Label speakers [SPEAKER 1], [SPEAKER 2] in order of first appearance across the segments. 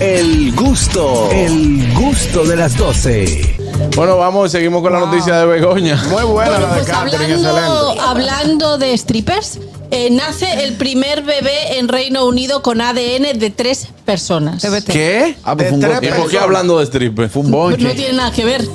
[SPEAKER 1] El gusto, el gusto de las 12.
[SPEAKER 2] Bueno, vamos, seguimos con la noticia de Begoña.
[SPEAKER 3] Muy buena
[SPEAKER 4] Bueno,
[SPEAKER 3] la de
[SPEAKER 4] pues
[SPEAKER 3] Catherine,
[SPEAKER 4] hablando,
[SPEAKER 3] excelente.
[SPEAKER 4] hablando de strippers, eh, nace el primer bebé en Reino Unido con ADN de tres personas.
[SPEAKER 2] ¿Qué?
[SPEAKER 5] Ah, pues
[SPEAKER 3] De
[SPEAKER 5] fue un
[SPEAKER 3] tres
[SPEAKER 2] ¿Y
[SPEAKER 5] bonche.
[SPEAKER 2] por qué hablando de stripper?
[SPEAKER 5] Fue un
[SPEAKER 4] Pues no
[SPEAKER 5] bonche.
[SPEAKER 4] tiene nada que ver.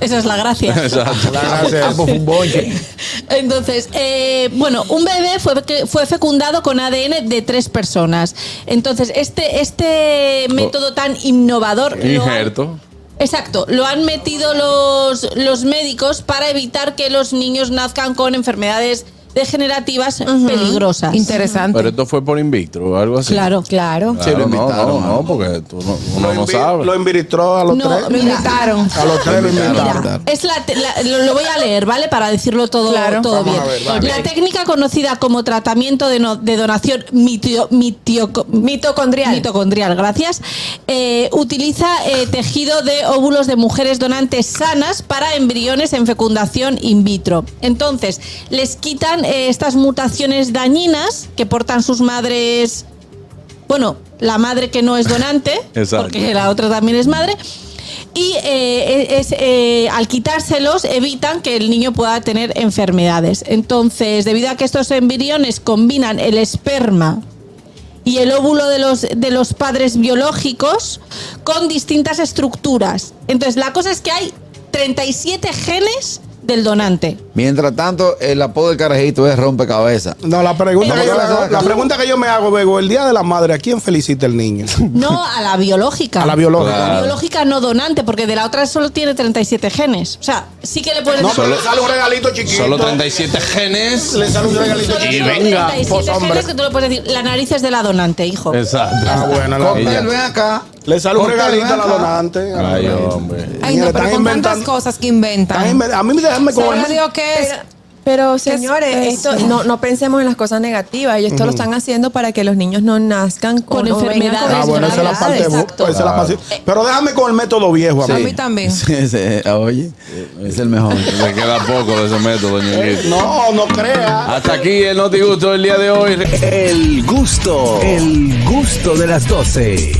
[SPEAKER 4] Esa es la gracia.
[SPEAKER 2] Exacto.
[SPEAKER 3] La
[SPEAKER 5] Ah,
[SPEAKER 3] gracias.
[SPEAKER 5] pues fue un bonche.
[SPEAKER 4] Entonces, eh, bueno, un bebé fue, que- fue fecundado con ADN de tres personas. Entonces, este, este método tan innovador... lo han-
[SPEAKER 2] Injerto.
[SPEAKER 4] Exacto, lo han metido los, los médicos para evitar que los niños nazcan con enfermedades degenerativas peligrosas.
[SPEAKER 6] Interesante.
[SPEAKER 2] Pero esto fue por in vitro o algo así.
[SPEAKER 4] Claro.
[SPEAKER 6] Claro.
[SPEAKER 2] Claro,
[SPEAKER 5] Sí, lo
[SPEAKER 2] no, no,
[SPEAKER 5] invitaron,
[SPEAKER 2] no, porque tú no, uno
[SPEAKER 3] Lo
[SPEAKER 2] no
[SPEAKER 3] invi-
[SPEAKER 2] sabe.
[SPEAKER 3] Lo invitó a los
[SPEAKER 4] No,
[SPEAKER 3] tres.
[SPEAKER 6] Lo
[SPEAKER 4] Mira.
[SPEAKER 6] invitaron.
[SPEAKER 3] A los tres lo invitaron.
[SPEAKER 4] Mira, es la te- la- lo, lo voy a leer, ¿vale? Para decirlo todo,
[SPEAKER 6] Claro.
[SPEAKER 4] todo
[SPEAKER 3] Vamos
[SPEAKER 4] bien.
[SPEAKER 3] a ver, vale.
[SPEAKER 4] La técnica conocida como tratamiento de, no- de donación mitio- mitio- mitocondrial, mitocondrial, gracias, eh, utiliza eh, tejido de óvulos de mujeres donantes sanas para embriones en fecundación in vitro. Entonces, les quitan eh, estas mutaciones dañinas que portan sus madres bueno, la madre que no es donante,
[SPEAKER 2] Exacto.
[SPEAKER 4] porque la otra también es madre. Y eh, es, eh, al quitárselos evitan que el niño pueda tener enfermedades. Entonces, debido a que estos embriones combinan el esperma y el óvulo de los, de los padres biológicos con distintas estructuras. Entonces, la cosa es que hay 37 genes del donante.
[SPEAKER 5] Mientras tanto, el apodo del carajito es rompecabezas.
[SPEAKER 3] No, la pregunta,
[SPEAKER 4] Pero
[SPEAKER 3] que yo,
[SPEAKER 4] tú-
[SPEAKER 3] le hago- la pregunta que yo me hago, Bego, el día de la madre, ¿a quién felicita el niño?
[SPEAKER 4] No a la biológica.
[SPEAKER 3] A la biológica.
[SPEAKER 4] La biológica no donante, porque de la otra solo tiene 37 genes. O sea, sí que le pueden
[SPEAKER 3] No, pero
[SPEAKER 2] Solo-
[SPEAKER 3] le sale un regalito chiquito.
[SPEAKER 2] Solo 37 genes.
[SPEAKER 3] Le sale un regalito
[SPEAKER 4] Solo
[SPEAKER 3] chiquito.
[SPEAKER 4] son 37
[SPEAKER 3] pues hombre.
[SPEAKER 4] genes que tú le puedes decir. La nariz es de la donante, hijo.
[SPEAKER 2] Exacto.
[SPEAKER 3] Ah, bueno, la
[SPEAKER 5] Cóctel, ven acá.
[SPEAKER 3] Le sale un
[SPEAKER 5] Cóctel,
[SPEAKER 3] regalito a
[SPEAKER 5] ven
[SPEAKER 3] la
[SPEAKER 5] acá.
[SPEAKER 3] donante. a la
[SPEAKER 2] Ay,
[SPEAKER 3] donante.
[SPEAKER 2] hombre.
[SPEAKER 6] Ay, no, pero
[SPEAKER 3] Mira,
[SPEAKER 6] con
[SPEAKER 3] están
[SPEAKER 6] tantas
[SPEAKER 3] inventando-
[SPEAKER 6] cosas que
[SPEAKER 3] Están
[SPEAKER 6] inventan.
[SPEAKER 3] inven- A mí déjame
[SPEAKER 6] Solo
[SPEAKER 3] con
[SPEAKER 6] digo que es.
[SPEAKER 7] Pero
[SPEAKER 6] ¿Qué es
[SPEAKER 7] señores,
[SPEAKER 6] eso?
[SPEAKER 7] esto no, no pensemos en las cosas negativas. Y esto lo están haciendo para que los niños no nazcan con,
[SPEAKER 4] Con
[SPEAKER 7] o vengan
[SPEAKER 4] enfermedades.
[SPEAKER 7] con
[SPEAKER 3] Ah, bueno, esa es la parte.
[SPEAKER 7] enfermedades.
[SPEAKER 3] bu-
[SPEAKER 4] Exacto.
[SPEAKER 3] esa es la parte- Pero déjame con el método viejo,
[SPEAKER 6] A
[SPEAKER 3] amigo.
[SPEAKER 6] mí también.
[SPEAKER 5] Sí, sí, Oye, es el mejor.
[SPEAKER 2] Le queda poco de ese método, ñonguito.
[SPEAKER 3] No, no creas.
[SPEAKER 2] Hasta aquí el Noti Gusto del día de hoy.
[SPEAKER 1] El gusto, el gusto de las 12.